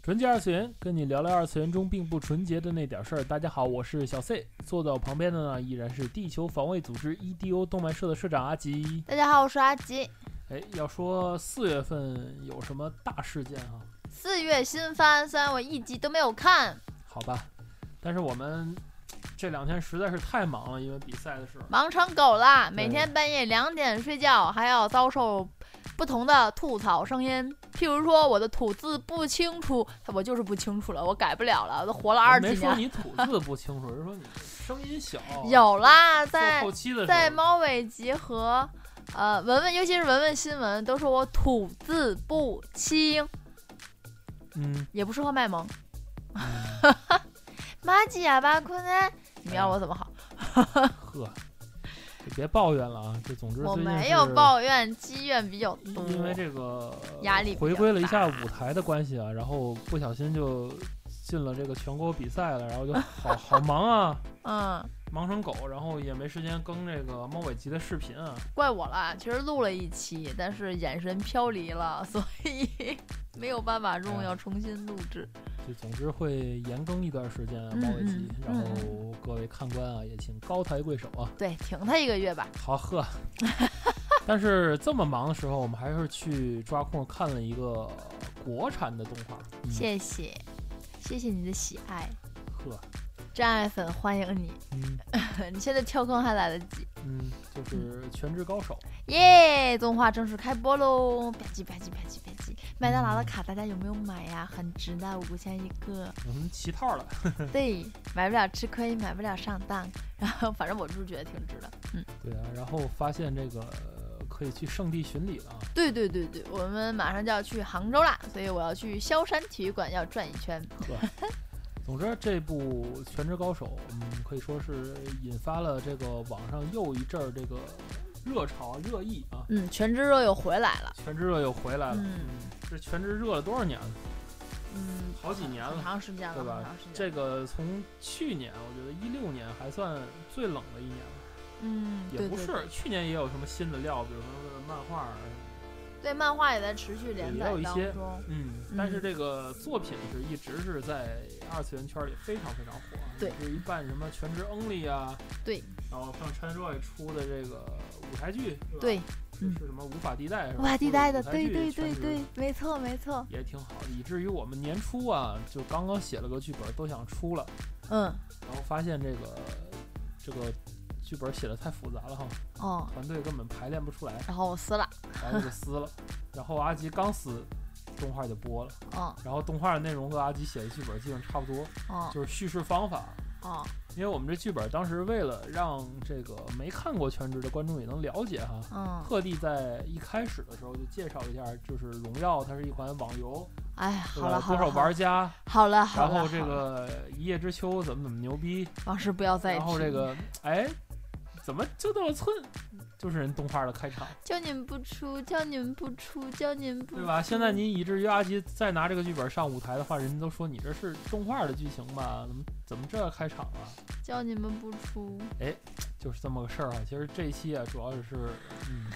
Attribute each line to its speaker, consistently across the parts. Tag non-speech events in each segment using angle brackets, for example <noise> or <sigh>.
Speaker 1: 纯洁二次元，跟你聊聊二次元中并不纯洁的那点事儿。大家好，我是小 C，坐在我旁边的呢依然是地球防卫组织 EDO 动漫社的社长阿吉。
Speaker 2: 大家好，我是阿吉。
Speaker 1: 哎，要说四月份有什么大事件啊？
Speaker 2: 四月新番，虽然我一集都没有看，
Speaker 1: 好吧，但是我们这两天实在是太忙了，因为比赛的事儿。
Speaker 2: 忙成狗啦，每天半夜两点睡觉，还要遭受不同的吐槽声音。譬如说我的吐字不清楚，我就是不清楚了，我改不了了，我都活了二十
Speaker 1: 没
Speaker 2: 几
Speaker 1: 说
Speaker 2: 年。
Speaker 1: 你吐字不清楚，是说你声音小。
Speaker 2: 有啦，
Speaker 1: 做
Speaker 2: 在
Speaker 1: 后期的时
Speaker 2: 在
Speaker 1: 候，
Speaker 2: 猫尾集合，呃，文文，尤其是文文新闻，都说我吐字不清，
Speaker 1: 嗯，
Speaker 2: 也不适合卖萌。马吉亚巴库呢？你要我怎么好？
Speaker 1: 呵，就别抱怨了啊。这总之
Speaker 2: 我
Speaker 1: 最近
Speaker 2: 没有
Speaker 1: 是
Speaker 2: 抱怨，积怨比较多。
Speaker 1: 因为这个
Speaker 2: 压力比较
Speaker 1: 回归了一下舞台的关系啊，然后不小心就进了这个全国比赛了，然
Speaker 2: <laughs>
Speaker 1: 后就好好忙啊，
Speaker 2: 嗯，
Speaker 1: 忙成狗，然后也没时间更这个猫尾集的视频啊。
Speaker 2: 怪我了。其实录了一期，但是眼神飘离了，所以 <laughs> 没有办法
Speaker 1: 哎
Speaker 2: 用，
Speaker 1: 呀
Speaker 2: 要重新录制。
Speaker 1: 就总之会延更一段时间啊，
Speaker 2: 嗯
Speaker 1: 猫尾集
Speaker 2: 嗯，
Speaker 1: 然后各位看官啊，也请高抬贵手啊。
Speaker 2: 对，停他一个月吧。
Speaker 1: 好呵， <laughs> 但是这么忙的时候，我们还是去抓空看了一个国产的动画。嗯、
Speaker 2: 谢谢，谢谢你的喜爱，
Speaker 1: 呵，
Speaker 2: 真爱粉欢迎你。 <laughs>
Speaker 1: 嗯
Speaker 2: 你现在跳坑还来得及。
Speaker 1: 嗯，就是《全职高手》。
Speaker 2: 耶！动画正式开播喽！吧唧吧唧吧唧吧唧。麦当劳的卡大家有没有买呀？很值的，五钱一
Speaker 1: <laughs>
Speaker 2: 个。
Speaker 1: 我们齐嗯套了，
Speaker 2: 对，买不了吃亏，买不了上当。 <laughs> 然后反正我是觉得挺值的。
Speaker 1: 对啊，然后发现这个呃可以去圣地巡礼了啊，
Speaker 2: 对对对对，我们马上就要去杭州啦，所以我要去萧山体育馆要转一圈。
Speaker 1: 呵。总之，这部《全职高手》嗯，可以说是引发了这个网上又一阵儿这个热潮热议啊，
Speaker 2: 嗯，全职热又回来了，
Speaker 1: 全职热又回来了。
Speaker 2: 嗯
Speaker 1: 这全职热了多少年了？
Speaker 2: 嗯，
Speaker 1: 好几年
Speaker 2: 很
Speaker 1: 了。
Speaker 2: 长时间了，
Speaker 1: 对吧
Speaker 2: 很长时间。
Speaker 1: 这个从去年，我觉得一六年还算最冷的一年了，
Speaker 2: 嗯，
Speaker 1: 也
Speaker 2: 对
Speaker 1: 不
Speaker 2: 对
Speaker 1: 是。
Speaker 2: 对
Speaker 1: 去年也有什么新的料，比如说漫画啊，
Speaker 2: 对，漫画也在持续连
Speaker 1: 也
Speaker 2: 载
Speaker 1: 有一
Speaker 2: 当
Speaker 1: 些
Speaker 2: 中。
Speaker 1: 嗯，但是这个作品是一直是在二次元圈里非常非常火，啊
Speaker 2: 对，
Speaker 1: 就是一办什么全职 only 啊，
Speaker 2: 对，
Speaker 1: 然后像 c h a n r o y 出的这个舞台剧，是吧
Speaker 2: 对，
Speaker 1: 是
Speaker 2: 嗯
Speaker 1: 是什么无法地带是吧？
Speaker 2: 哇，地带的，
Speaker 1: 出了舞
Speaker 2: 对
Speaker 1: 台剧
Speaker 2: 对对。
Speaker 1: 全
Speaker 2: 对
Speaker 1: 职，
Speaker 2: 没错没错。
Speaker 1: 也挺好的，以至于我们年初啊，就刚刚写了个剧本，都想出了，
Speaker 2: 嗯，
Speaker 1: 然后发现这个这个剧本写的太复杂了哈，
Speaker 2: 哦，
Speaker 1: 团队根本排练不出来，
Speaker 2: 然后我撕了，
Speaker 1: 然后就撕了， <laughs> 然后阿吉刚撕，动画就播了，
Speaker 2: 嗯
Speaker 1: 然后动画的内容和阿吉写的剧本基本差不多，
Speaker 2: 嗯
Speaker 1: 就是叙事方法。
Speaker 2: 嗯，
Speaker 1: 因为我们这剧本当时为了让这个没看过《全职》的观众也能了解哈，
Speaker 2: 嗯，
Speaker 1: 特地在一开始的时候就介绍一下，就是《荣耀》它是一款网游，
Speaker 2: 哎，
Speaker 1: 对
Speaker 2: 好
Speaker 1: 吧？
Speaker 2: 了
Speaker 1: 多
Speaker 2: 好
Speaker 1: 少
Speaker 2: 了，
Speaker 1: 玩家，
Speaker 2: 好了好
Speaker 1: 然
Speaker 2: 了，
Speaker 1: 后这
Speaker 2: 好了
Speaker 1: 个一叶知秋怎么怎么牛逼，
Speaker 2: 往事不要再提。
Speaker 1: 然后这个哎，怎么就这么寸？就是人动画的开场，
Speaker 2: 叫你们不出，叫你们不出，叫你们不
Speaker 1: 对吧？现在
Speaker 2: 出
Speaker 1: 你以至于阿吉再拿这个剧本上舞台的话，人家都说你这是动画的剧情吧？怎么怎么这开场啊？
Speaker 2: 叫你们不出，
Speaker 1: 就是这么个事儿啊。其实这一期啊，主要是嗯，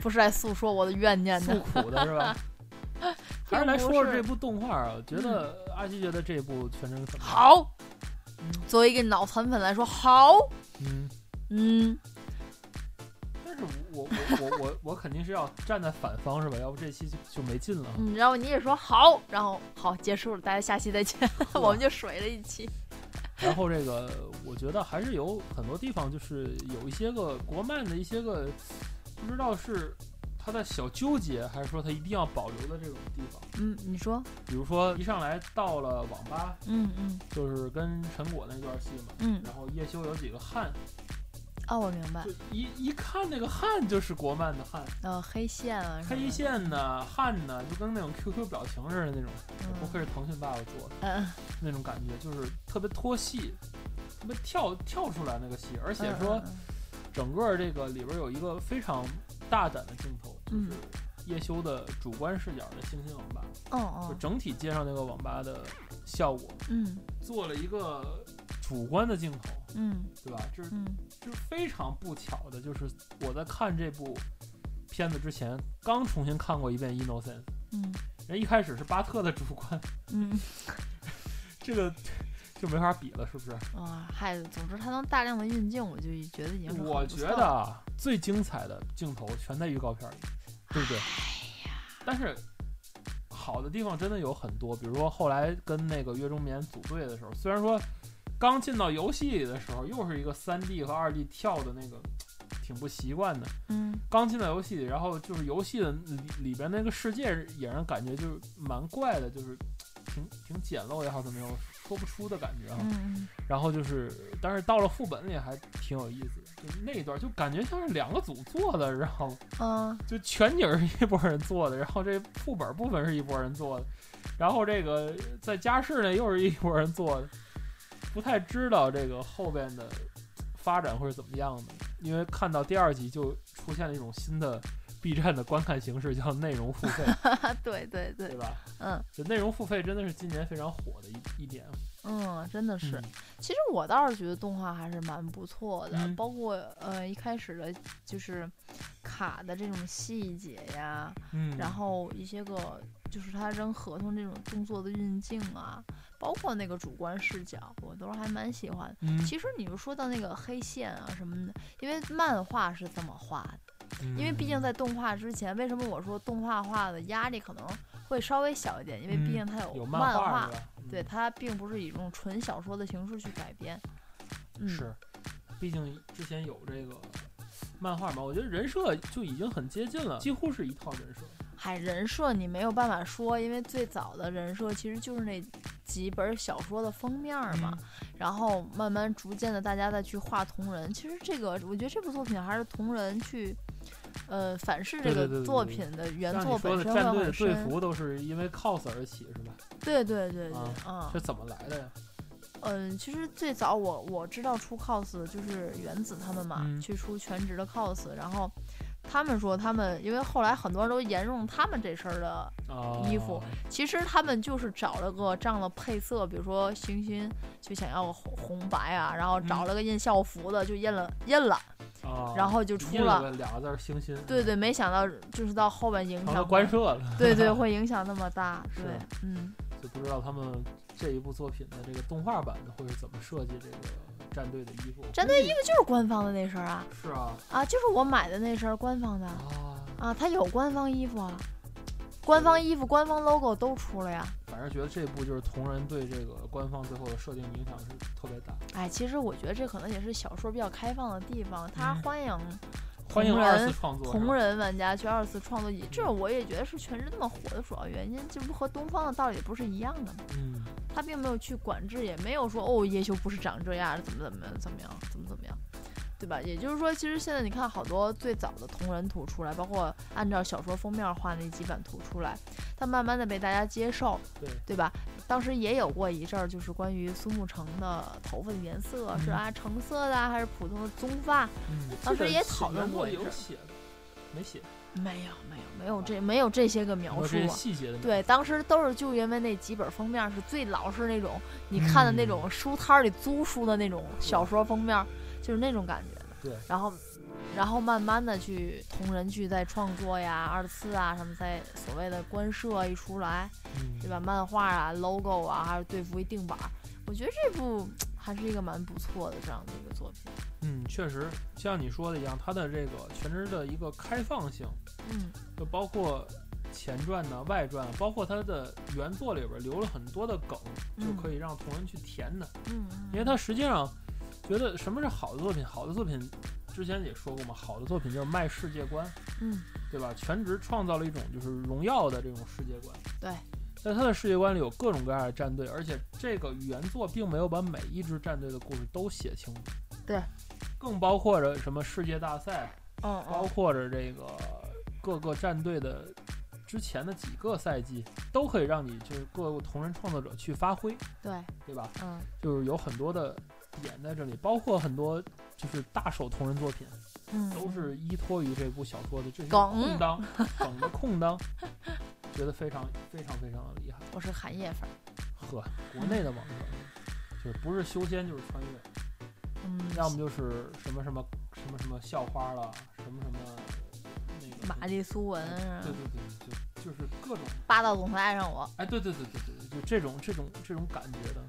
Speaker 2: 不是来诉说我的怨念
Speaker 1: 诉
Speaker 2: 的，
Speaker 1: 苦的是
Speaker 2: <laughs>
Speaker 1: 吧？还是来说说这部动画啊，我觉
Speaker 2: 嗯
Speaker 1: 得阿西觉得这部全程怎么样？
Speaker 2: 好
Speaker 1: 嗯。
Speaker 2: 作为一个脑残粉来说，好，
Speaker 1: 嗯，
Speaker 2: 嗯，
Speaker 1: 但是我我我我我肯定是要站在反方是吧？要不这期就就没
Speaker 2: <laughs>
Speaker 1: 劲了啊。
Speaker 2: 嗯然后你也说好，然后好结束了，大家下期再见，
Speaker 1: 呵
Speaker 2: 我们就水了一期，
Speaker 1: 然后这个我觉得还是有很多地方就是有一些个国漫的一些个不知道是他的小纠结，还是说他一定要保留的这种地方。
Speaker 2: 嗯，你说，
Speaker 1: 比如说一上来到了网吧，
Speaker 2: 嗯嗯
Speaker 1: 就是跟陈果那段戏嘛，
Speaker 2: 嗯，
Speaker 1: 然后叶修有几个汉，
Speaker 2: 哦，我明白
Speaker 1: 就。一一看那个汉就是国漫的汉，
Speaker 2: 呃，黑线啊什么的，
Speaker 1: 黑线呢汉呢，就跟那种愧 QQ 表情似的那种，
Speaker 2: 嗯
Speaker 1: 不愧是腾讯爸爸做的
Speaker 2: 嗯
Speaker 1: 那种感觉，就是特别脱戏，特别跳跳出来那个戏，而且
Speaker 2: 嗯
Speaker 1: 说
Speaker 2: 嗯嗯
Speaker 1: 整个这个里边有一个非常大胆的镜头，就
Speaker 2: 嗯
Speaker 1: 是叶修的主观视角的星星网吧，就
Speaker 2: 哦
Speaker 1: 整体街上那个网吧的效果
Speaker 2: 哦，嗯
Speaker 1: 做了一个主观的镜头，
Speaker 2: 嗯
Speaker 1: 对吧？这是
Speaker 2: 嗯
Speaker 1: 就是非常不巧的，就是我在看这部片子之前，刚重新看过一遍《Innocence》。
Speaker 2: 嗯
Speaker 1: 人一开始是巴特的主观，
Speaker 2: 嗯，
Speaker 1: 这个就没法比了，是不是？
Speaker 2: 哇，嗨，总之他能大量的运镜，我就已觉得已经是很
Speaker 1: 我
Speaker 2: 不
Speaker 1: 觉
Speaker 2: 错
Speaker 1: 得
Speaker 2: 了，
Speaker 1: 啊，最精彩的镜头全在预告片里，对不对？
Speaker 2: 哎
Speaker 1: 但是好的地方真的有很多，比如说后来跟那个月中眠组队的时候，虽然说刚进到游戏里的时候，又是一个3 D 和2 D 跳的那个，挺不习惯的。
Speaker 2: 嗯
Speaker 1: 刚进到游戏，然后就是游戏的里里边那个世界也让人感觉就是蛮怪的，就是挺挺简陋也好，怎么样说不出的感觉啊。
Speaker 2: 嗯
Speaker 1: 然后就是，但是到了副本里还挺有意思的，就那一段就感觉像是两个组做的，然后
Speaker 2: 嗯
Speaker 1: 就全景是一拨人做的，然后这副本部分是一拨人做的，然后这个在家室内又是一拨人做的，不太知道这个后边的发展会是怎么样的，因为看到第二集就出现了一种新的 B 站的观看形式，叫内容付
Speaker 2: <laughs>
Speaker 1: 费，
Speaker 2: 啊，对对对
Speaker 1: 对，吧？
Speaker 2: 嗯
Speaker 1: 就内容付费真的是今年非常火的一一点，
Speaker 2: 嗯，真的是。
Speaker 1: 嗯
Speaker 2: 其实我倒是觉得动画还是蛮不错的，
Speaker 1: 嗯
Speaker 2: 包括呃一开始的就是卡的这种细节呀，
Speaker 1: 嗯，
Speaker 2: 然后一些个就是他扔合同这种动作的运镜啊，包括那个主观视角，我都是还蛮喜欢的。
Speaker 1: 嗯，
Speaker 2: 其实你们说到那个黑线啊什么的，因为漫画是这么画的，因为
Speaker 1: 嗯
Speaker 2: 毕竟在动画之前，为什么我说动画画的压力可能会稍微小一点？因为
Speaker 1: 嗯
Speaker 2: 毕竟它
Speaker 1: 有
Speaker 2: 漫
Speaker 1: 画是吧？嗯
Speaker 2: 对，它并不是以一种纯小说的形式去改编。嗯，
Speaker 1: 是，毕竟之前有这个漫画嘛，我觉得人设就已经很接近了，几乎是一套人设。
Speaker 2: 嗨，人设你没有办法说，因为最早的人设其实就是那几本小说的封面儿嘛，
Speaker 1: 嗯
Speaker 2: 然后慢慢逐渐的大家再去画同人。其实这个，我觉得这部作品还是同人去，呃，反噬这
Speaker 1: 对对对
Speaker 2: 个
Speaker 1: 对
Speaker 2: 作
Speaker 1: 对
Speaker 2: 品的原
Speaker 1: 像
Speaker 2: 作
Speaker 1: 你说
Speaker 2: 本
Speaker 1: 的
Speaker 2: 身
Speaker 1: 战
Speaker 2: 会
Speaker 1: 队的
Speaker 2: 很
Speaker 1: 队
Speaker 2: 深。
Speaker 1: 服啊都是因为 cos 而起，是吧？
Speaker 2: 对对对对，嗯
Speaker 1: 这怎么来的呀？
Speaker 2: 嗯，其实最早我我知道出 cos 就是原子他们嘛，
Speaker 1: 嗯
Speaker 2: 去出全职的 cos，然后他们说他们，因为后来很多人都沿用他们这身儿的，
Speaker 1: 啊，
Speaker 2: 衣服其实他们就是找了个这样的配色，比如说星星就想要个红红白啊，然后
Speaker 1: 嗯
Speaker 2: 找了个印校服的就印了印了，
Speaker 1: 啊，
Speaker 2: 然后就出
Speaker 1: 印
Speaker 2: 了。
Speaker 1: 个两个字儿星星，
Speaker 2: 对，对，没想到就是到后面影
Speaker 1: 成了
Speaker 2: 响
Speaker 1: 官
Speaker 2: 会，
Speaker 1: 设 <laughs> 了，
Speaker 2: <laughs> 对对，会影响那么大，
Speaker 1: 是
Speaker 2: 对，嗯
Speaker 1: 就不知道他们这一部作品的这个动画版的会是怎么设计这个战队的衣服。
Speaker 2: 战队衣服就是官方的那身儿啊
Speaker 1: 是啊
Speaker 2: 啊，就是我买的那身儿官方的。
Speaker 1: 啊，
Speaker 2: 啊，它有官方衣服啊，官方衣服、官方 logo 都出了呀。
Speaker 1: 反正觉得这部就是同人对这个官方最后的设定影响是特别大。
Speaker 2: 哎，其实我觉得这可能也是小说比较开放的地方，它
Speaker 1: 嗯
Speaker 2: 欢迎
Speaker 1: 欢迎
Speaker 2: 同
Speaker 1: 二
Speaker 2: 人
Speaker 1: 次创作，
Speaker 2: 同人玩家去二次创作，也这我也觉得是全职那么火的主要原因，这不和东方的道理不是一样的吗？
Speaker 1: 嗯，
Speaker 2: 他并没有去管制，也没有说哦，叶修不是长这样，怎么怎么样，怎么样，怎么怎么样，对吧？也就是说，其实现在你看好多最早的同人图出来，包括按照小说封面画那几版图出来，它慢慢的被大家接受，
Speaker 1: 对
Speaker 2: 对吧？当时也有过一阵儿，就是关于苏沐橙的头发的颜色是
Speaker 1: 嗯
Speaker 2: 啊橙色的啊还是普通的棕发，
Speaker 1: 嗯
Speaker 2: 当时也讨论过一阵
Speaker 1: 有
Speaker 2: 儿
Speaker 1: 写的，没写，
Speaker 2: 没有没有没有这没有这些个描
Speaker 1: 有
Speaker 2: 述
Speaker 1: 这些
Speaker 2: 啊。
Speaker 1: 细节的描述，
Speaker 2: 对，当时都是就因为那几本封面是最老是那种你看的
Speaker 1: 嗯
Speaker 2: 那种书摊儿里租书的那种小说封面，就是那种感觉的。
Speaker 1: 对
Speaker 2: 然后，然后慢慢的去同人剧在创作呀、二次啊什么，在所谓的官设一出来，
Speaker 1: 嗯
Speaker 2: 对吧？？漫画啊、logo 啊，还是队服一定版儿，我觉得这部还是一个蛮不错的这样的一个作品。
Speaker 1: 嗯，确实像你说的一样，它的这个全职的一个开放性，
Speaker 2: 嗯
Speaker 1: 就包括前传呢、外传，啊包括它的原作里边留了很多的梗，就
Speaker 2: 嗯
Speaker 1: 可以让同人去填的，
Speaker 2: 嗯，
Speaker 1: 因为它实际上觉得什么是好的作品，好的作品之前也说过嘛，好的作品就是卖世界观。
Speaker 2: 嗯
Speaker 1: 对吧？全职创造了一种就是荣耀的这种世界观。
Speaker 2: 对，
Speaker 1: 在他的世界观里有各种各样的战队，而且这个原作并没有把每一支战队的故事都写清楚。
Speaker 2: 对，
Speaker 1: 更包括着什么世界大赛，
Speaker 2: 嗯
Speaker 1: 包
Speaker 2: 嗯
Speaker 1: 括着这个各个战队的之前的几个赛季，都可以让你就是各个同人创作者去发挥，
Speaker 2: 对，
Speaker 1: 对吧？
Speaker 2: 嗯
Speaker 1: 就是有很多的点在这里，包括很多就是大手同人作品，
Speaker 2: 嗯，
Speaker 1: 都是依托于这部小说的这些
Speaker 2: 梗
Speaker 1: 空当，梗的空当，觉得非常非常非常的厉害。
Speaker 2: 我是韩叶粉儿，
Speaker 1: 呵，国内的网梗就是不是修仙就是穿越，
Speaker 2: 嗯，
Speaker 1: 要么就是什么什么什么什么校花了，什么什么那个
Speaker 2: 玛丽苏文啊
Speaker 1: 对，对对，就就是各种
Speaker 2: 霸道总裁爱上我。
Speaker 1: 哎，对对对对对，对就这种这种这种感觉的，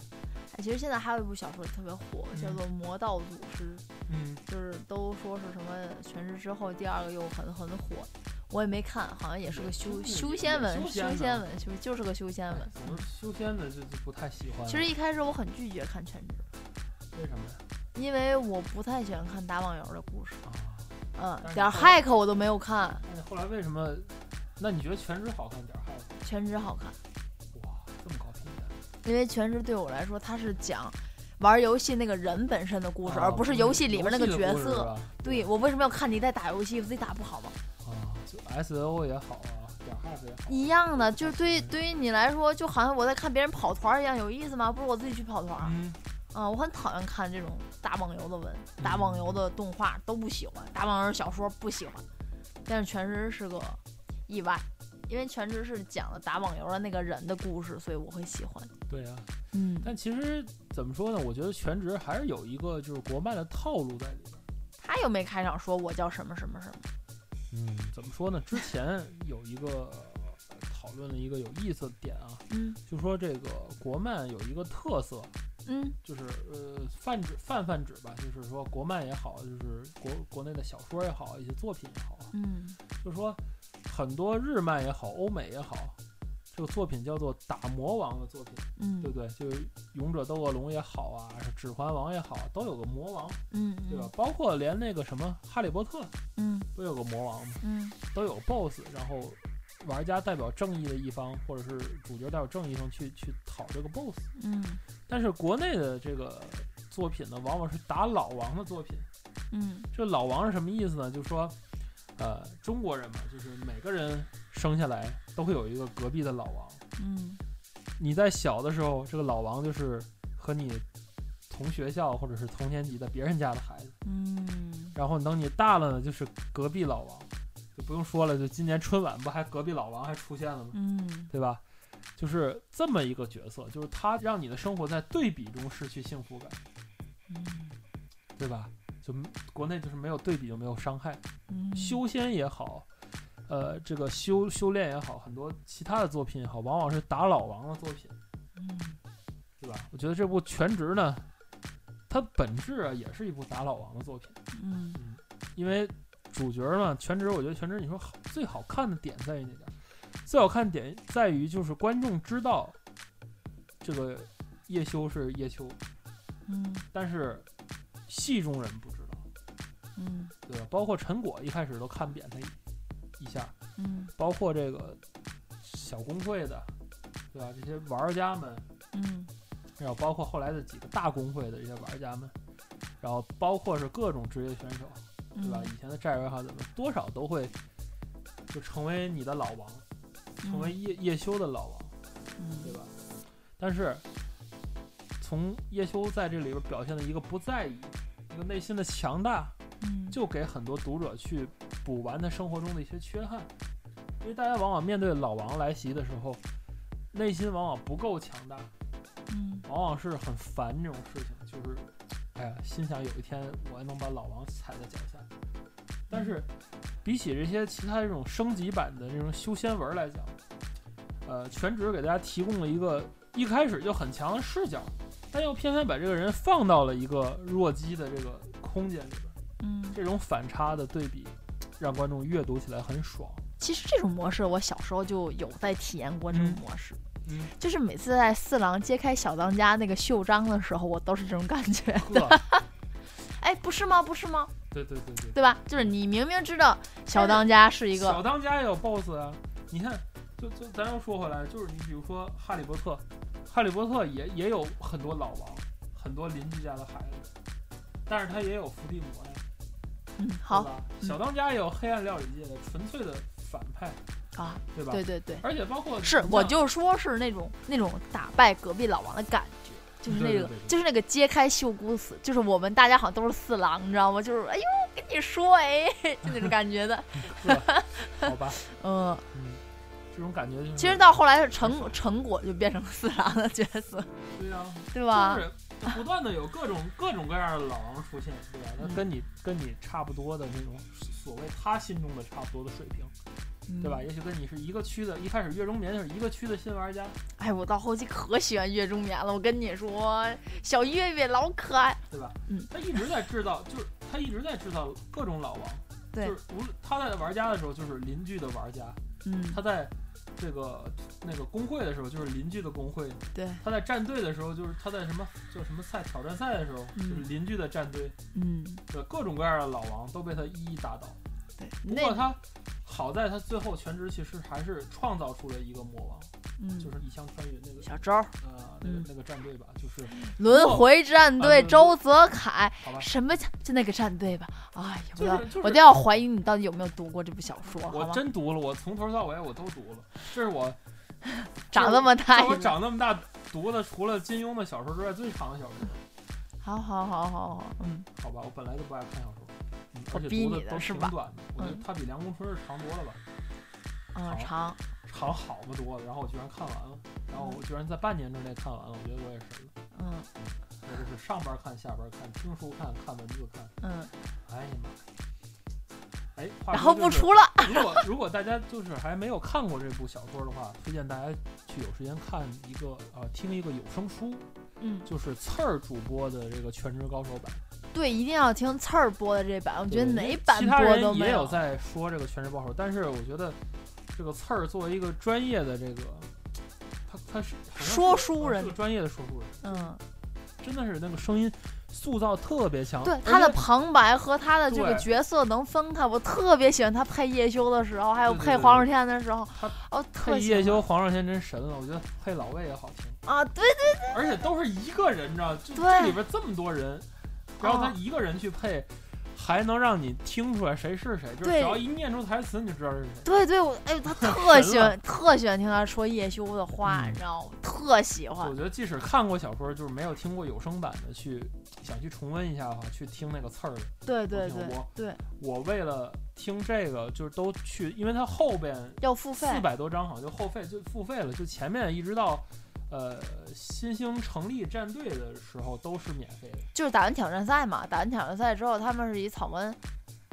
Speaker 2: 哎其实现在还有一部小说特别火，叫
Speaker 1: 嗯
Speaker 2: 做《魔道祖师》，
Speaker 1: 嗯，
Speaker 2: 就是都说是什么全职之后第二个又很很火，我也没看，好像也是个修
Speaker 1: 嗯
Speaker 2: 修仙文，
Speaker 1: 修仙嗯
Speaker 2: 修
Speaker 1: 的
Speaker 2: 仙文，就是就是个修仙文。
Speaker 1: 哎总是修仙的就就不太喜欢。
Speaker 2: 嗯其实一开始我很拒绝看全职，
Speaker 1: 为什么呀？
Speaker 2: 因为我不太喜欢看打网游的故事，
Speaker 1: 啊，
Speaker 2: 嗯
Speaker 1: 但，是
Speaker 2: 点儿
Speaker 1: 后来
Speaker 2: hack 我都没有看，
Speaker 1: 那你后来为什么？那你觉得全职好看点儿还有
Speaker 2: 全职好看，
Speaker 1: 哇这么高评价？
Speaker 2: 因为全职对我来说它是讲。玩游戏那个人本身的故事，
Speaker 1: 啊
Speaker 2: 而不是游戏里面那个角
Speaker 1: 游戏的故事
Speaker 2: 色。
Speaker 1: 啊
Speaker 2: 对我为什么要看你在打游戏？我自己打不好吗？
Speaker 1: 啊，就 S O 也好啊，点 F 也好，
Speaker 2: 一样的，就是对于对于你来说，就好像我在看别人跑团儿一样，有意思吗？不如我自己去跑团儿。
Speaker 1: 嗯，
Speaker 2: 嗯，我很讨厌看这种打网游的文、打网游的动画都不喜欢，打网游小说不喜欢。但是全职是个意外，因为全职是讲了打网游的那个人的故事，所以我会喜欢。
Speaker 1: 对啊。
Speaker 2: 嗯，
Speaker 1: 但其实怎么说呢？我觉得全职还是有一个就是国漫的套路在里边。
Speaker 2: 他又没开场说我叫什么什么什么。
Speaker 1: 嗯，怎么说呢？之前有一个呃讨论了一个有意思的点啊，
Speaker 2: 嗯
Speaker 1: 就说这个国漫有一个特色，
Speaker 2: 嗯
Speaker 1: 就是呃泛指泛泛指吧，就是说国漫也好，就是国国内的小说也好，一些作品也好，
Speaker 2: 嗯
Speaker 1: 就是说很多日漫也好，欧美也好，这个作品叫做打魔王的作品，对
Speaker 2: 嗯
Speaker 1: 不对？就是《勇者斗恶龙》也好啊，是《指环王》也好，都有个魔王，
Speaker 2: 嗯
Speaker 1: 对啊吧
Speaker 2: 嗯？
Speaker 1: 包括连那个什么《哈利波特》
Speaker 2: 嗯
Speaker 1: 都有个魔王嘛，
Speaker 2: 嗯
Speaker 1: 都有 BOSS，然后玩家代表正义的一方，或者是主角代表正义一方去去讨这个 BOSS。
Speaker 2: 嗯
Speaker 1: 但是国内的这个作品呢，往往是打老王的作品。
Speaker 2: 嗯
Speaker 1: 这老王是什么意思呢？就是说，呃，中国人嘛，就是每个人生下来都会有一个隔壁的老王。
Speaker 2: 嗯
Speaker 1: 你在小的时候，这个老王就是和你同学校或者是同年级的别人家的孩子。
Speaker 2: 嗯，
Speaker 1: 然后等你大了呢，就是隔壁老王，就不用说了。就今年春晚不还隔壁老王还出现了吗？
Speaker 2: 嗯
Speaker 1: 对吧？就是这么一个角色，就是他让你的生活在对比中失去幸福感，对吧？就国内就是没有对比就没有伤害。
Speaker 2: 嗯，
Speaker 1: 修仙也好，呃，这个修修炼也好，很多其他的作品也好，往往是打老王的作品，
Speaker 2: 嗯
Speaker 1: 对吧？我觉得这部《全职》呢，它本质啊也是一部打老王的作品，
Speaker 2: 嗯
Speaker 1: 因为主角嘛，《全职》我觉得《全职》你说好最好看的点在于哪点儿？最好看点在于就是观众知道这个叶修是叶修，
Speaker 2: 嗯
Speaker 1: 但是戏中人不知道，
Speaker 2: 嗯
Speaker 1: 对吧？包括陈果一开始都看扁他一一下，
Speaker 2: 嗯
Speaker 1: 包括这个小工会的，对吧？这些玩家们，
Speaker 2: 嗯
Speaker 1: 然后包括后来的几个大工会的这些玩家们，然后包括是各种职业选手，对
Speaker 2: 嗯
Speaker 1: 吧？以前的战友也好，怎么多少都会就成为你的老王，成为叶叶修的老王，对吧？但是从叶修在这里边表现的一个不在意，一个内心的强大，
Speaker 2: 嗯
Speaker 1: 就给很多读者去补完他生活中的一些缺憾，因为大家往往面对老王来袭的时候，内心往往不够强大，
Speaker 2: 嗯
Speaker 1: 往往是很烦这种事情，就是，哎呀，心想有一天我还能把老王踩在脚下。但是，比起这些其他这种升级版的这种修仙文来讲，呃，全职给大家提供了一个一开始就很强的视角，但又偏偏把这个人放到了一个弱鸡的这个空间里边。
Speaker 2: 嗯，
Speaker 1: 这种反差的对比，让观众阅读起来很
Speaker 2: <laughs>
Speaker 1: 爽。
Speaker 2: 其实这种模式我小时候就有在体验过这种模式，
Speaker 1: 嗯，
Speaker 2: 就是每次在四郎揭开小当家那个袖章的时候，我都是这种感觉。
Speaker 1: 呵，
Speaker 2: 哎，不是吗？不是吗？
Speaker 1: 对对对对，
Speaker 2: 对吧？就是你明明知道小当家是一
Speaker 1: 小
Speaker 2: 个，
Speaker 1: 当家也有 BOSS 啊。你看，就就咱又说回来，就是你比如说《哈利波特》，《哈利波特也》也有很多老王，很多邻居家的孩子，但是它也有伏地魔呀，
Speaker 2: 嗯，
Speaker 1: 对
Speaker 2: 好
Speaker 1: 吧？
Speaker 2: 嗯
Speaker 1: 小当家也有黑暗料理界的纯粹的反派，
Speaker 2: 啊，
Speaker 1: 对吧？
Speaker 2: 对对对，
Speaker 1: 而且包括
Speaker 2: 是，我
Speaker 1: 像
Speaker 2: 就说是那种那种打败隔壁老王的感觉，就是那
Speaker 1: 对对
Speaker 2: 个
Speaker 1: 对对
Speaker 2: 就是那个揭开袖箍死，就是我们大家好像都是四郎，你知道吗？就是哎呦跟你说哎， <laughs> 就那种感觉的，
Speaker 1: 好吧，
Speaker 2: 嗯，
Speaker 1: 嗯，这种感觉就是
Speaker 2: 其实到后来是成成果就变成四郎的角色，
Speaker 1: 对呀、
Speaker 2: 对吧？
Speaker 1: 就是它不断的有各种 <laughs> 各种各样的老王出现，对吧？那
Speaker 2: 嗯
Speaker 1: 跟你跟你差不多的那种所谓他心中的差不多的水平，对吧？
Speaker 2: 嗯
Speaker 1: 也许跟你是一个区的，一开始月中眠就是一个区的新玩家，
Speaker 2: 哎，我到后期可喜欢月中眠了，我跟你说，小月月老可爱，
Speaker 1: 对吧？
Speaker 2: 嗯，
Speaker 1: 他一直在制造， <laughs> 就是他一直在制造各种老王，
Speaker 2: 对
Speaker 1: 就是无论他在玩家的时候就是邻居的玩家，
Speaker 2: 嗯，
Speaker 1: 他在这个那个工会的时候就是邻居的工会，
Speaker 2: 对，
Speaker 1: 他在战队的时候就是他在什么叫什么赛挑战赛的时候、
Speaker 2: 嗯
Speaker 1: 就是邻居的战队，
Speaker 2: 嗯，
Speaker 1: 对各种各样的老王都被他一一打倒。
Speaker 2: 对，
Speaker 1: 不过
Speaker 2: 那
Speaker 1: 他好在他最后全职其实还是创造出了一个魔王，
Speaker 2: 嗯
Speaker 1: 就是一枪穿云那个
Speaker 2: 小周儿
Speaker 1: 呃那个
Speaker 2: 嗯
Speaker 1: 那个战队吧，就是
Speaker 2: 轮回战队
Speaker 1: 啊
Speaker 2: 周泽楷，
Speaker 1: 好吧。
Speaker 2: 什么叫就那个战队吧？哎呀，
Speaker 1: 就是
Speaker 2: 我都要、
Speaker 1: 就是
Speaker 2: 我都要怀疑你到底有没有读过这部小说，好
Speaker 1: 我
Speaker 2: 吗？
Speaker 1: 真读了，我从头到尾我都读了。这是我
Speaker 2: 长这么大
Speaker 1: 在
Speaker 2: 一
Speaker 1: 我
Speaker 2: 个
Speaker 1: 长那么大读的，除了金庸的小说之外最长的小说。
Speaker 2: 好好好好好，嗯，
Speaker 1: 好吧，我本来就不爱看小说，嗯而
Speaker 2: 我
Speaker 1: 且
Speaker 2: 逼
Speaker 1: 读
Speaker 2: 你的
Speaker 1: 的都
Speaker 2: 是
Speaker 1: 挺
Speaker 2: 吧
Speaker 1: 短的。我觉得
Speaker 2: 嗯
Speaker 1: 它比《梁公春日》长多了吧，
Speaker 2: 嗯
Speaker 1: 好，
Speaker 2: 长，
Speaker 1: 长好不多了。然后我居然看完了，然后我居然在半年之内看完了，我觉得我也神了。
Speaker 2: 嗯
Speaker 1: 我就是上边看，下边看，听书看，看文字看。
Speaker 2: 嗯，
Speaker 1: 哎呀妈呀！哎，话
Speaker 2: 然后
Speaker 1: 说
Speaker 2: 不
Speaker 1: 就是
Speaker 2: 出了，
Speaker 1: 如果如果大家就是还没有看过这部小说的话，推荐大家去有时间看一个呃听一个有声书，
Speaker 2: 嗯，
Speaker 1: 就是刺儿主播的这个《全职高手》版。
Speaker 2: 对，一定要听刺儿播的这版，我觉得
Speaker 1: 对
Speaker 2: 哪
Speaker 1: 因为
Speaker 2: 版
Speaker 1: 其他
Speaker 2: 播都
Speaker 1: 人
Speaker 2: 没
Speaker 1: 也有在说这个《全职高手》，但是我觉得这个刺儿作为一个专业的这个，他他是好像是
Speaker 2: 说书人
Speaker 1: 是个专业的说书人，
Speaker 2: 嗯，
Speaker 1: 真的是那个声音塑造特别强，
Speaker 2: 对
Speaker 1: 而，
Speaker 2: 他的啊
Speaker 1: 且
Speaker 2: 旁白和他的这个
Speaker 1: 对
Speaker 2: 角色能分开，我特别喜欢他配叶修的时候，还有
Speaker 1: 对对
Speaker 2: 配
Speaker 1: 对
Speaker 2: 黄日天的时候
Speaker 1: 他，
Speaker 2: 哦，特
Speaker 1: 配
Speaker 2: 喜
Speaker 1: 叶
Speaker 2: 欢
Speaker 1: 修、黄少天真神了，我觉得配老魏也好听。
Speaker 2: 啊，对，
Speaker 1: 而且都是一个人，你知道，就
Speaker 2: 对
Speaker 1: 这里边这么多人，然后他
Speaker 2: 哦
Speaker 1: 一个人去配，还能让你听出来谁是谁，就是
Speaker 2: 对
Speaker 1: 只要一念出台词，你就知道是谁。
Speaker 2: 对对，我哎呦，
Speaker 1: <laughs>
Speaker 2: 他特喜
Speaker 1: 神了
Speaker 2: 欢特喜欢听他说叶修的话，
Speaker 1: 嗯
Speaker 2: 你知道吗？特喜欢
Speaker 1: 我。觉得即使看过小说，就是没有听过有声版的，去想去重温一下的话，去听那个刺儿的。
Speaker 2: 对
Speaker 1: 我
Speaker 2: 对对
Speaker 1: 听我
Speaker 2: 对，
Speaker 1: 我为了听这个，就是都去，因为它后边
Speaker 2: 要付费
Speaker 1: 四。百多章好像就后费就付费了，就前面一直到。呃，新兴成立战队的时候都是免费的，
Speaker 2: 就是打完挑战赛嘛，打完挑战赛之后，他们是以草文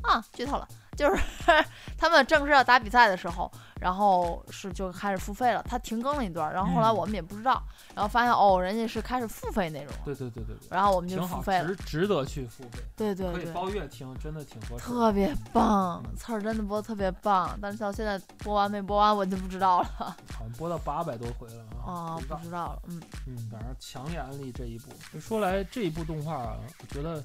Speaker 2: 啊，剧透了，就是 <laughs> 他们正式要打比赛的时候，然后是就开始付费了。他停更了一段，然后后来
Speaker 1: 嗯
Speaker 2: 我们也不知道，然后发现哦，人家是开始付费内容了，
Speaker 1: 对对对对对，
Speaker 2: 然后我们就
Speaker 1: 挺
Speaker 2: 付
Speaker 1: 好，
Speaker 2: 费了。
Speaker 1: 值值得去付费。
Speaker 2: 对对
Speaker 1: 可以
Speaker 2: 对，
Speaker 1: 包月听，真的挺合适的。
Speaker 2: 特别棒，
Speaker 1: 嗯
Speaker 2: 刺儿真的播得特别棒，但是到现在播完没播完我就不知道了
Speaker 1: 好像播到八百多回了
Speaker 2: 啊，
Speaker 1: 不知
Speaker 2: 不
Speaker 1: 道
Speaker 2: 知道了，嗯
Speaker 1: 嗯，反正强烈安利这一部。就说来这一部动画啊，我觉得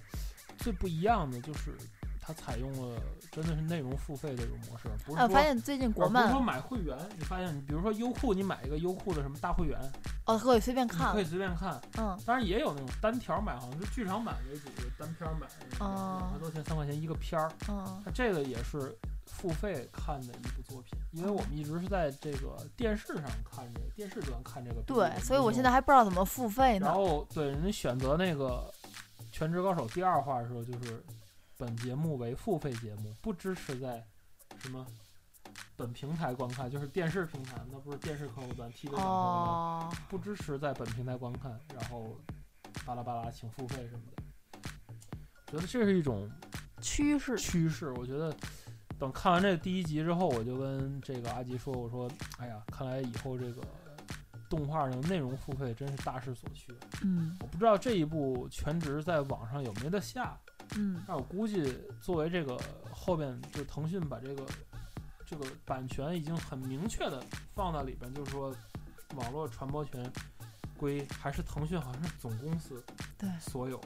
Speaker 1: 最不一样的就是它采用了真的是内容付费这种模式，不是
Speaker 2: 哎，我
Speaker 1: 说。
Speaker 2: 发现最近国
Speaker 1: 而不是
Speaker 2: 漫
Speaker 1: 说买会员，你发现，你比如说优酷，你买一个优酷的什么大会员，
Speaker 2: 哦可以随便
Speaker 1: 你
Speaker 2: 看
Speaker 1: 可以
Speaker 2: 了，
Speaker 1: 随便看。
Speaker 2: 嗯
Speaker 1: 当然也有那种单条买，好像是剧场版为主的单片买，
Speaker 2: 哦
Speaker 1: 两块多钱、三块钱一个片儿。
Speaker 2: 嗯
Speaker 1: 它这个也是付费看的一部作品，因为我们一直是在这个电视上看这个电视端看这个。
Speaker 2: 对，所以我现在。还不知道怎么付费呢
Speaker 1: 然。后对人家选择那个《全职高手》第二话的时候，就是本节目为付费节目，不支持在什么本平台观看，就是电视平台，那不是电视客户端 TV 上客户端，
Speaker 2: 哦，
Speaker 1: 不支持在本平台观看，然后巴拉巴拉请付费什么的。觉得这是一种
Speaker 2: 趋势
Speaker 1: 趋势。我觉得等看完这第一集之后，我就跟这个阿吉说：“我说，哎呀，看来以后这个动画的内容付费真是大势所趋。
Speaker 2: 嗯
Speaker 1: 我不知道这一部全职在网上有没得下，
Speaker 2: 嗯
Speaker 1: 但我估计作为这个后边就腾讯把这个这个版权已经很明确的放到里边，就是说网络传播权。”归还是腾讯，好像是总公司
Speaker 2: 对
Speaker 1: 所有，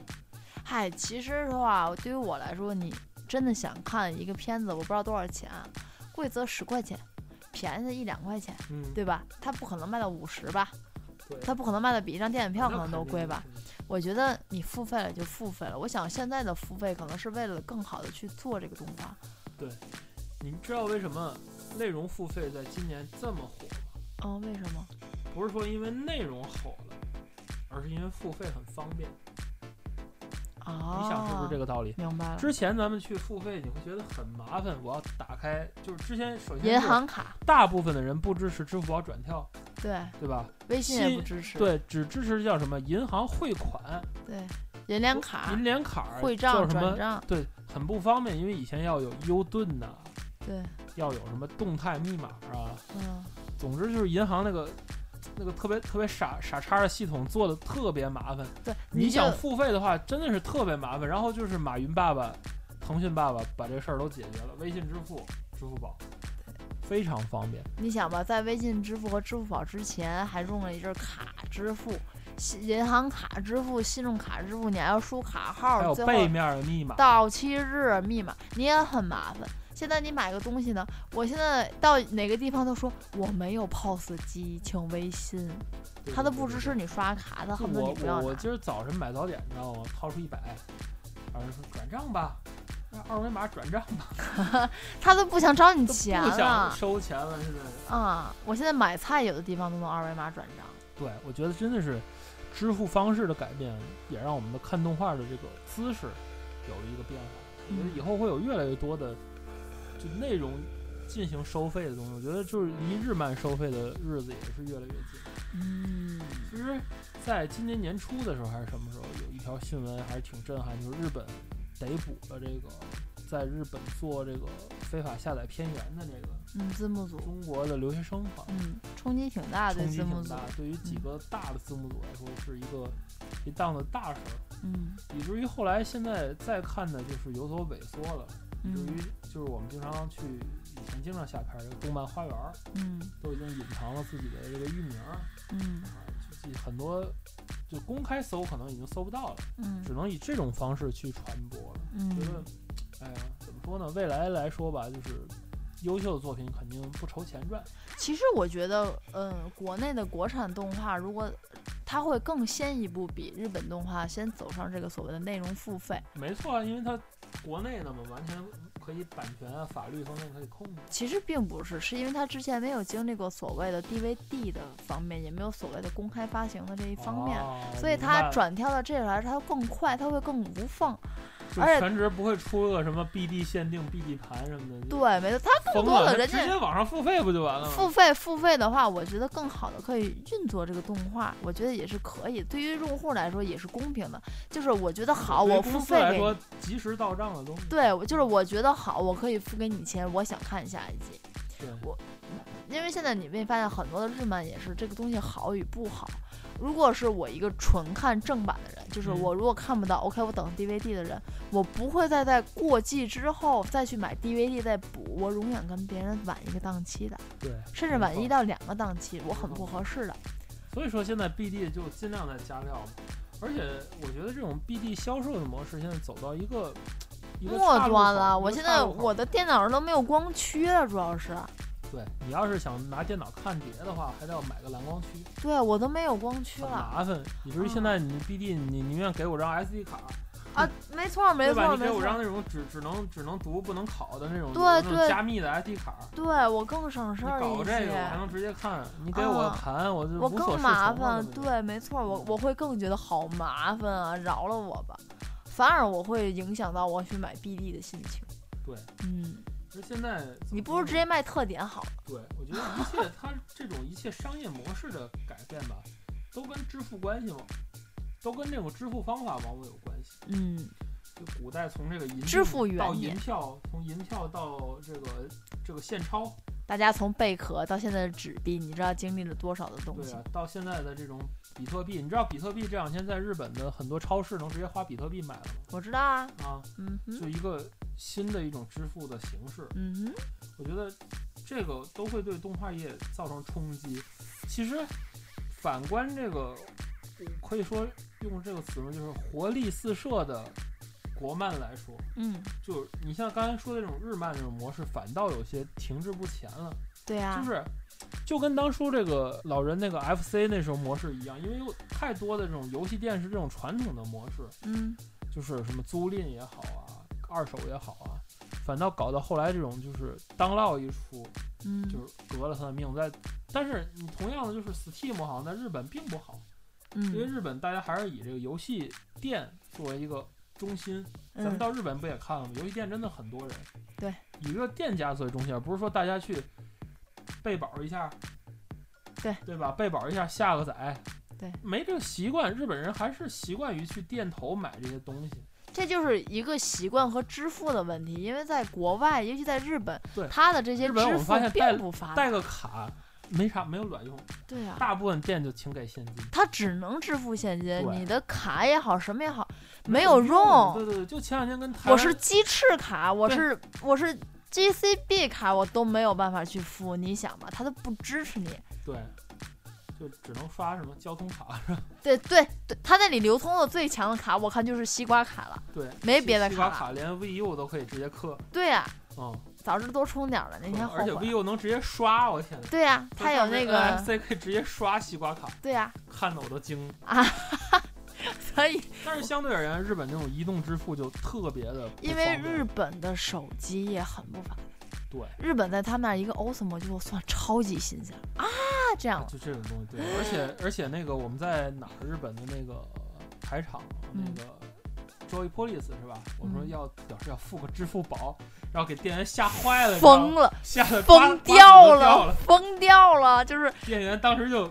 Speaker 2: 嗨，其实的话，对于我来说，你真的想看一个片子，我不知道多少钱，贵则十块钱，便宜的一两块钱，
Speaker 1: 嗯，
Speaker 2: 对吧？它不可能卖到五十吧？
Speaker 3: 贵，
Speaker 2: 它不可能卖的比一张电影票可
Speaker 3: 那
Speaker 2: 能都
Speaker 3: 肯定
Speaker 2: 贵吧？
Speaker 3: 嗯？
Speaker 2: 我觉得你付费了就付费了。我想现在的付费可能是为了更好的去做这个动画，
Speaker 1: 你知道为什么内容付费在今年这么火吗？
Speaker 2: 嗯，为什么？
Speaker 1: 不是说因为内容好了，而是因为付费很方便。
Speaker 2: 啊，
Speaker 1: 你想是不是这个道理？
Speaker 2: 个？哦明白了，
Speaker 1: 之前咱们去付费，你会觉得很麻烦，我要打开，就是之前首先
Speaker 2: 银
Speaker 1: 是
Speaker 2: 行卡
Speaker 1: 大部分的人不支持支付宝转跳，
Speaker 2: 对，
Speaker 1: 对吧？
Speaker 2: 微信也
Speaker 1: 信
Speaker 2: 不支持，
Speaker 1: 对，只支持叫什么银行汇款、
Speaker 2: 对，银联卡
Speaker 1: 银、联卡、
Speaker 2: 汇
Speaker 1: 叫
Speaker 2: 账、
Speaker 1: 什
Speaker 2: 转
Speaker 1: 么？
Speaker 2: 账，
Speaker 1: 对，很不方便，因为以前要有 U 盾呐、
Speaker 2: 对，
Speaker 1: 要有什么动态密码啊，
Speaker 2: 嗯，
Speaker 1: 总之就是银行那个那个特别特别傻傻叉的系统做的特别麻烦。
Speaker 2: 对，
Speaker 1: 你
Speaker 2: 就
Speaker 1: 想付费的话，真的是特别麻烦。然后就是马云爸爸、腾讯爸爸把这事儿都解决了，微信支付、支付宝，非常方便。
Speaker 2: 你想吧，在微信支付和支付宝之前，还用了一阵卡支付、信银行卡支付、信用卡支付，你还要输
Speaker 1: 还
Speaker 2: 卡号，
Speaker 1: 有
Speaker 2: 最
Speaker 1: 背
Speaker 2: 后
Speaker 1: 面的密码，
Speaker 2: 到期日密码，你也很麻烦。现在你买个东西呢，我现在到哪个地方都说我没有 POS 机，请微信，
Speaker 1: 对
Speaker 2: 他都
Speaker 1: 对
Speaker 2: 不
Speaker 1: 对
Speaker 2: 支
Speaker 1: 对
Speaker 2: 持你刷卡，
Speaker 1: 就
Speaker 2: 他恨不得
Speaker 1: 我
Speaker 2: 你不要
Speaker 1: 我我
Speaker 2: 拿。
Speaker 1: 今儿早晨买早点，你知道吗？掏出一百，老人说转账吧，让二维码转账吧，
Speaker 2: 他都不想找你
Speaker 1: 都
Speaker 2: 钱
Speaker 1: 不想
Speaker 2: 了
Speaker 1: 收钱了，现在。
Speaker 2: 啊、我现在买菜有的地方都能二维码转账，
Speaker 1: 对，我觉得真的是支付方式的改变，也让我们的看动画的这个姿势有了一个变化。我觉得以后会有越来越多的就内容进行收费的东西。我觉得就是离日漫收费的日子也是越来越近。
Speaker 2: 嗯，
Speaker 1: 其实，在今年年初的时候还是什么时候，有一条新闻还是挺震撼，就是日本逮捕了这个在日本做这个非法下载片源的这个
Speaker 2: 嗯，字幕组，
Speaker 1: 中国的留学生哈，
Speaker 2: 嗯，冲击挺大，对
Speaker 1: 冲击
Speaker 2: 字幕
Speaker 1: 挺
Speaker 2: 组
Speaker 1: 大，，对于几
Speaker 2: 嗯
Speaker 1: 个大的字幕组来说是一个一档子大事儿，
Speaker 2: 嗯
Speaker 1: 以至于后来现在再看呢，就是有所萎缩了，以至
Speaker 2: 嗯
Speaker 1: 于就是我们经常去以前经常下片儿，这个动漫花园儿
Speaker 2: 嗯
Speaker 1: 都已经隐藏了自己的这个域名儿。
Speaker 2: 嗯
Speaker 1: 啊，就是很多就公开搜可能已经搜不到了，
Speaker 2: 嗯
Speaker 1: 只能以这种方式去传播了。觉得
Speaker 2: 嗯，，
Speaker 1: 哎呀，怎么说呢？未来来说吧，就是优秀的作品肯定不愁钱赚，
Speaker 2: 其实我觉得，嗯，国内的国产动画如果它会更先一步比日本动画先走上这个所谓的内容付费。
Speaker 1: 没错啊，因为它国内的嘛，完全可以版权啊、法律方面可以控制。
Speaker 2: 其实并不是，是因为它之前没有经历过所谓的 DVD 的方面，也没有所谓的公开发行的这一方面，
Speaker 1: 哦
Speaker 2: 所以
Speaker 1: 明白
Speaker 2: 它
Speaker 1: 了
Speaker 2: 转跳到这里来，它会更快，它会更无缝。
Speaker 1: 就
Speaker 2: 而且
Speaker 1: 全职不会出个什么 BD 限定、BD 盘什么的，就
Speaker 2: 对，没错，它更
Speaker 1: 疯
Speaker 2: 多
Speaker 1: 了，
Speaker 2: 的
Speaker 1: 它
Speaker 2: 人
Speaker 1: 直接嗯
Speaker 2: 家。
Speaker 1: 网上付费不就完了吗？
Speaker 2: 付费付费的话，我觉得更好的可以运作这个动画，我觉得也是可以，对于用户来说也是公平的。就是我觉得好，
Speaker 1: 对于
Speaker 2: 我
Speaker 1: 公
Speaker 2: 付
Speaker 1: 司
Speaker 2: 费
Speaker 1: 来
Speaker 2: 给
Speaker 1: 说
Speaker 2: 你，，
Speaker 1: 及时到账的东西。
Speaker 2: 对，我就是我觉得好，我可以付给你钱，我想看下一季。
Speaker 1: 对
Speaker 2: 因为现在你会发现很多的日漫也是这个东西好与不好。如果是我一个纯看正版的人，就是
Speaker 1: 嗯
Speaker 2: 我如果看不到、OK，我等 DVD 的人，我不会再在过季之后再去买 DVD 再补，我永远跟别人晚一个档期的，
Speaker 1: 对，
Speaker 2: 甚至晚
Speaker 1: 没
Speaker 2: 一
Speaker 1: 错
Speaker 2: 到两个档期，我很
Speaker 1: 没错
Speaker 2: 不合适的。
Speaker 1: 所以说现在 BD 就尽量在加料嘛，而且我觉得这种 BD 销售的模式现在走到一个一个
Speaker 2: 末
Speaker 1: 岔路
Speaker 2: 端
Speaker 1: 口
Speaker 2: 了，
Speaker 1: 一个
Speaker 2: 我
Speaker 1: 岔
Speaker 2: 现在
Speaker 1: 路口
Speaker 2: 我的电脑上都没有光驱了，主要是，
Speaker 1: 对你要是想拿电脑看碟的话，还得要买个蓝光驱，
Speaker 2: 对我都没有光驱
Speaker 1: 很
Speaker 2: 了嗯
Speaker 1: 麻烦。以至于现在你 BD 你宁愿给我张 SD 卡，
Speaker 2: 啊！没错，没
Speaker 1: 对吧？
Speaker 2: 错，
Speaker 1: 你
Speaker 2: 没
Speaker 1: 给我
Speaker 2: 错
Speaker 1: 张。那种只只能只能读不能考的那种
Speaker 2: 对
Speaker 1: 那种
Speaker 2: 对
Speaker 1: 加密的 SD 卡，
Speaker 2: 对我更省
Speaker 1: 你
Speaker 2: 事儿
Speaker 1: 搞
Speaker 2: 一
Speaker 1: 个这
Speaker 2: 些
Speaker 1: 个，我还能直接看，你给我
Speaker 2: 啊
Speaker 1: 盘我就
Speaker 2: 我
Speaker 1: 无所
Speaker 2: 更
Speaker 1: 适
Speaker 2: 麻
Speaker 1: 从了
Speaker 2: 烦
Speaker 1: 根，本就
Speaker 2: 对，没错，我我会更觉得好麻烦啊，饶了我吧。反而我会影响到我去买 BD 的心情。
Speaker 1: 对。
Speaker 2: 嗯，
Speaker 1: 其实现在怎
Speaker 2: 你
Speaker 1: 么
Speaker 2: 不
Speaker 1: 说
Speaker 2: 如
Speaker 1: 呢
Speaker 2: 直接卖特点好了。
Speaker 1: 对，我觉得一切它这种一切商业模式的改变吧，都跟支付关系网，都跟这种支付方法网络有关系。
Speaker 2: 嗯，
Speaker 1: 就古代从这个银
Speaker 2: 支付
Speaker 1: 币到
Speaker 2: 元
Speaker 1: 银
Speaker 2: 年
Speaker 1: 票，从银票到这个这个现钞，
Speaker 2: 大家从贝壳到现在的纸币，你知道经历了多少的东
Speaker 1: 对
Speaker 2: 西
Speaker 1: 啊？，到现在的这种比特币，你知道比特币这两天在日本的很多超市能直接花比特币买了吗？
Speaker 2: 我知道啊，
Speaker 1: 啊，
Speaker 2: 嗯哼，
Speaker 1: 就一个新的一种支付的形式。
Speaker 2: 嗯哼，
Speaker 1: 我觉得这个都会对动画业造成冲击。其实反观这个，可以说用这个词呢，就是活力四射的国漫来说，
Speaker 2: 嗯，
Speaker 1: 就是你像刚才说的这种日漫这种模式，反倒有些停滞不前了。
Speaker 2: 对啊，
Speaker 1: 就是就跟当初这个老人那个 FC 那时候模式一样，因为有太多的这种游戏店是这种传统的模式，
Speaker 2: 嗯，
Speaker 1: 就是什么租赁也好啊，二手也好啊，反倒搞到后来这种就是当烙一出，
Speaker 2: 嗯，
Speaker 1: 就是革了他的命。在，但是你同样的就是 Steam 好像在日本并不好，因为
Speaker 2: 嗯，
Speaker 1: 日本大家还是以这个游戏店作为一个中心。咱们
Speaker 2: 嗯
Speaker 1: 到日本不也看了吗？游戏店真的很多人，
Speaker 2: 对，
Speaker 1: 以这个店家作为中心，而啊不是说大家去背保一下，
Speaker 2: 对
Speaker 1: 对吧？背保一下下个载，
Speaker 2: 对，
Speaker 1: 没这个习惯，日本人还是习惯于去店头买这些东西。
Speaker 2: 这就是一个习惯和支付的问题，因为在国外，尤其在日本
Speaker 1: 对，
Speaker 2: 它的这些
Speaker 1: 日本我
Speaker 2: 支
Speaker 1: 们
Speaker 2: 付
Speaker 1: 发现带
Speaker 2: 并不发达，
Speaker 1: 带个卡没啥，没有卵用，
Speaker 2: 对啊，
Speaker 1: 大部分店就请给现金。
Speaker 2: 它只能支付现金，
Speaker 1: 对
Speaker 2: 你的卡也好，什么也好，没
Speaker 1: 有
Speaker 2: 有
Speaker 1: 对对对，就前两天跟台湾
Speaker 2: 我是鸡翅卡，我
Speaker 1: 对
Speaker 2: 是我是 GCB 卡，我都没有办法去付。你想吧，它都不支持你。
Speaker 1: 对，就只能刷什么交通卡，
Speaker 2: 对对对，它那里流通的最强的卡，我看就是西瓜卡了。
Speaker 1: 对，
Speaker 2: 没别的
Speaker 1: 西西瓜
Speaker 2: 卡
Speaker 1: 卡
Speaker 2: 了
Speaker 1: 连 VU 都可以直接刻，
Speaker 2: 对呀、
Speaker 1: 嗯，
Speaker 2: 早知多充点儿了，那天后
Speaker 1: 而且
Speaker 2: 悔了。
Speaker 1: VU 能直接刷，我天哪！
Speaker 2: 对呀、啊它有那个
Speaker 1: NFC 可以直接刷西瓜卡，
Speaker 2: 对呀、
Speaker 1: 看得我都惊了。
Speaker 2: 所以
Speaker 1: 但是相对而言，日本这种移动支付就特别的，
Speaker 2: 因为日本的手机也很不发达，
Speaker 1: 对，
Speaker 2: 日本在他们那儿一个 Osmo 就算超级新鲜啊，这样了，
Speaker 1: 就这种东西，对，而且而且那个我们在哪儿？日本的那个台场那
Speaker 2: 嗯
Speaker 1: 个 Joy Police 是吧？我说
Speaker 2: 嗯
Speaker 1: 要表示要付个支付宝，然后给店员吓坏了，你知道吗
Speaker 2: 疯了，
Speaker 1: 吓得瓜瓜
Speaker 2: 疯
Speaker 1: 子都
Speaker 2: 掉
Speaker 1: 掉
Speaker 2: 了
Speaker 1: 了，，
Speaker 2: 疯掉了，就是
Speaker 1: 店员当时就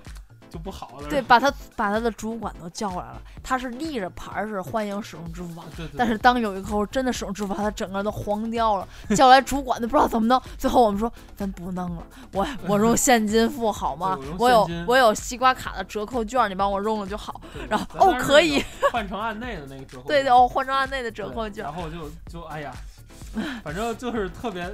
Speaker 1: 就不好了，对
Speaker 2: 对，把他把他的主管都叫来了，他是立着牌儿是欢迎使用支付宝，
Speaker 1: 对对，
Speaker 2: 但是当有一个客户真的使用支付宝，他整个人都慌掉了，叫来主管都不知道怎么弄。最后我们说咱不弄了，我我用现金付好吗
Speaker 1: 对我用？
Speaker 2: 我有
Speaker 1: 现金
Speaker 2: 我有西瓜卡的折扣券，你帮我用了就好。
Speaker 1: 对
Speaker 2: 然后
Speaker 1: 咱当
Speaker 2: 哦
Speaker 1: 时
Speaker 2: 可
Speaker 1: 那
Speaker 2: 以
Speaker 1: 个换成按内的那个折扣，
Speaker 2: 对对，哦，换成按内的折
Speaker 1: 对
Speaker 2: 扣券
Speaker 1: 然，后就就哎呀，反正就是特
Speaker 2: <laughs>
Speaker 1: 别。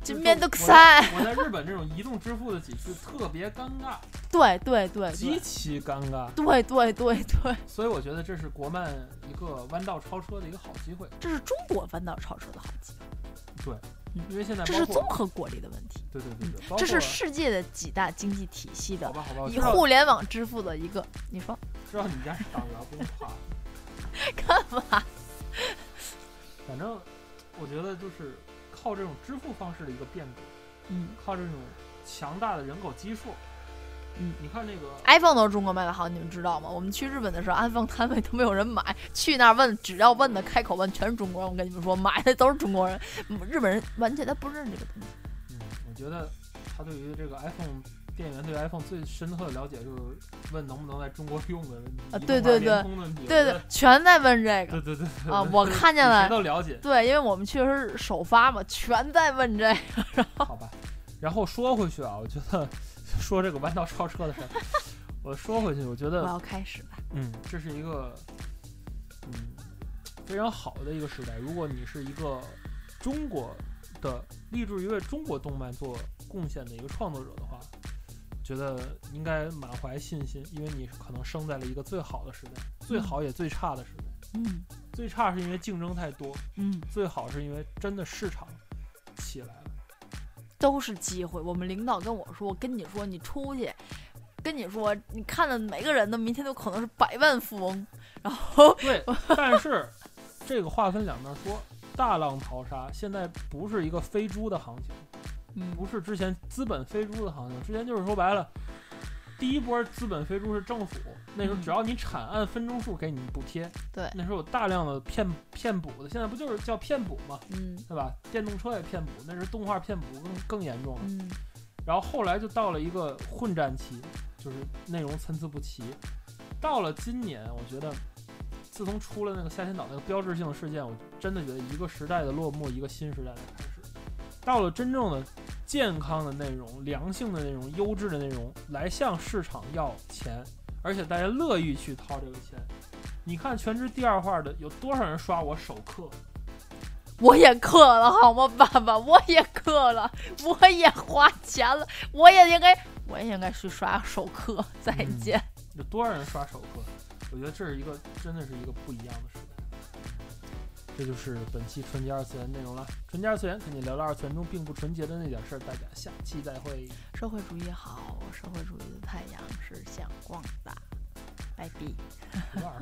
Speaker 2: 金边都
Speaker 1: 我
Speaker 2: 塞。
Speaker 1: 我在日本这种移动支付的几次特别尴尬，
Speaker 2: 对对对
Speaker 1: 极
Speaker 2: 对
Speaker 1: 其尴尬，
Speaker 2: 对对对对，
Speaker 1: 所以我觉得这是国漫一个弯道超车的一个好机会。
Speaker 2: 这是中国弯道超车的好机会，
Speaker 1: 因为现在
Speaker 2: 这是
Speaker 1: 哎包括
Speaker 2: 综合国力的问题，
Speaker 1: 对对对对，包
Speaker 2: 这是
Speaker 1: 括
Speaker 2: 世界的几大经济体系的
Speaker 1: 好吧好吧，我
Speaker 2: 以
Speaker 1: 知道
Speaker 2: 互联网支付的一个，你说
Speaker 1: 知道你们家是党员，不用怕。
Speaker 2: <laughs> 干嘛？
Speaker 1: <laughs> 反正我觉得就是靠这种支付方式的一个变革，
Speaker 2: 嗯
Speaker 1: 靠这种强大的人口基数。
Speaker 2: 嗯，
Speaker 1: 你看那个
Speaker 2: ，iPhone 都是中国卖的好，你们知道吗？我们去日本的时候，iPhone 摊位都没有人买，去那儿问，只要问的开口问，全是中国人。我跟你们说，买的都是中国人，嗯日本人完全他不认识这个东西。
Speaker 1: 嗯，我觉得他对于这个 iPhone 店员对 iPhone 最深刻的了解就是问能不能在中国用的问题，
Speaker 2: 啊
Speaker 1: 移动
Speaker 2: 对
Speaker 1: 化
Speaker 2: 对
Speaker 1: 联
Speaker 2: 对
Speaker 1: 通的问题
Speaker 2: 对对，全在问这
Speaker 1: 对
Speaker 2: 个。
Speaker 1: 对对对
Speaker 2: 啊
Speaker 1: 对
Speaker 2: 我
Speaker 1: 对
Speaker 2: 看见
Speaker 1: 比
Speaker 2: 了
Speaker 1: 谁都了解，
Speaker 2: 对，因为我们去的是首发嘛，全在问这个。
Speaker 1: 好吧。然后说回去啊，我觉得 <laughs> 说这个弯道超车的事儿，我说回去，我觉
Speaker 2: 我
Speaker 1: 得
Speaker 2: 要开始了。
Speaker 1: 嗯，这是一个嗯非常好的一个时代。如果你是一个中国的立志于为中国动漫做贡献的一个创作者的话，觉得应该满怀信心，因为你可能生在了一个最好的时代，最好也最差的时代。
Speaker 2: 嗯
Speaker 1: 最差是因为竞争太多，
Speaker 2: 嗯，
Speaker 1: 最好是因为真的市场起来了。
Speaker 2: 都是机会。我们领导跟我说，我跟你说，你出去。跟你说，你看的每个人的明天都可能是百万富翁，然后
Speaker 1: 对，但是这个话分两面说，大浪淘沙现在不是一个飞猪的行情，
Speaker 2: 嗯
Speaker 1: 不是之前资本飞猪的行情。之前就是说白了，第一波资本飞猪是政府，那时候
Speaker 2: 嗯
Speaker 1: 只要你产按分钟数给你补贴，
Speaker 2: 对
Speaker 1: 那时候有大量的骗骗补的，现在不就是叫骗补吗？
Speaker 2: 嗯
Speaker 1: 对吧？电动车也骗补，那是动画骗补更更严重了。
Speaker 2: 嗯
Speaker 1: 然后后来就到了一个混战期，就是内容参差不齐。到了今年，我觉得自从出了那个夏天岛那个标志性的事件，我真的觉得一个时代的落幕，一个新时代的开始。到了真正的健康的内容、良性的内容、优质的内容来向市场要钱，而且大家乐意去掏这个钱。你看《全职第二话》的有多少人刷我首课？
Speaker 2: 我也氪了，好吗，爸爸？我也氪了，我也花钱了，我也应该，我也应该去刷首课。再见。
Speaker 1: 有多少人刷首课？我觉得这是一个真的是一个不一样的时代。这就是本期纯洁二次元内容了。纯洁二次元跟你聊聊二次元中并不纯洁的那点事儿，大家下期再会。
Speaker 2: 社会主义好，社会主义的太阳是向广大。拜拜。
Speaker 1: 不二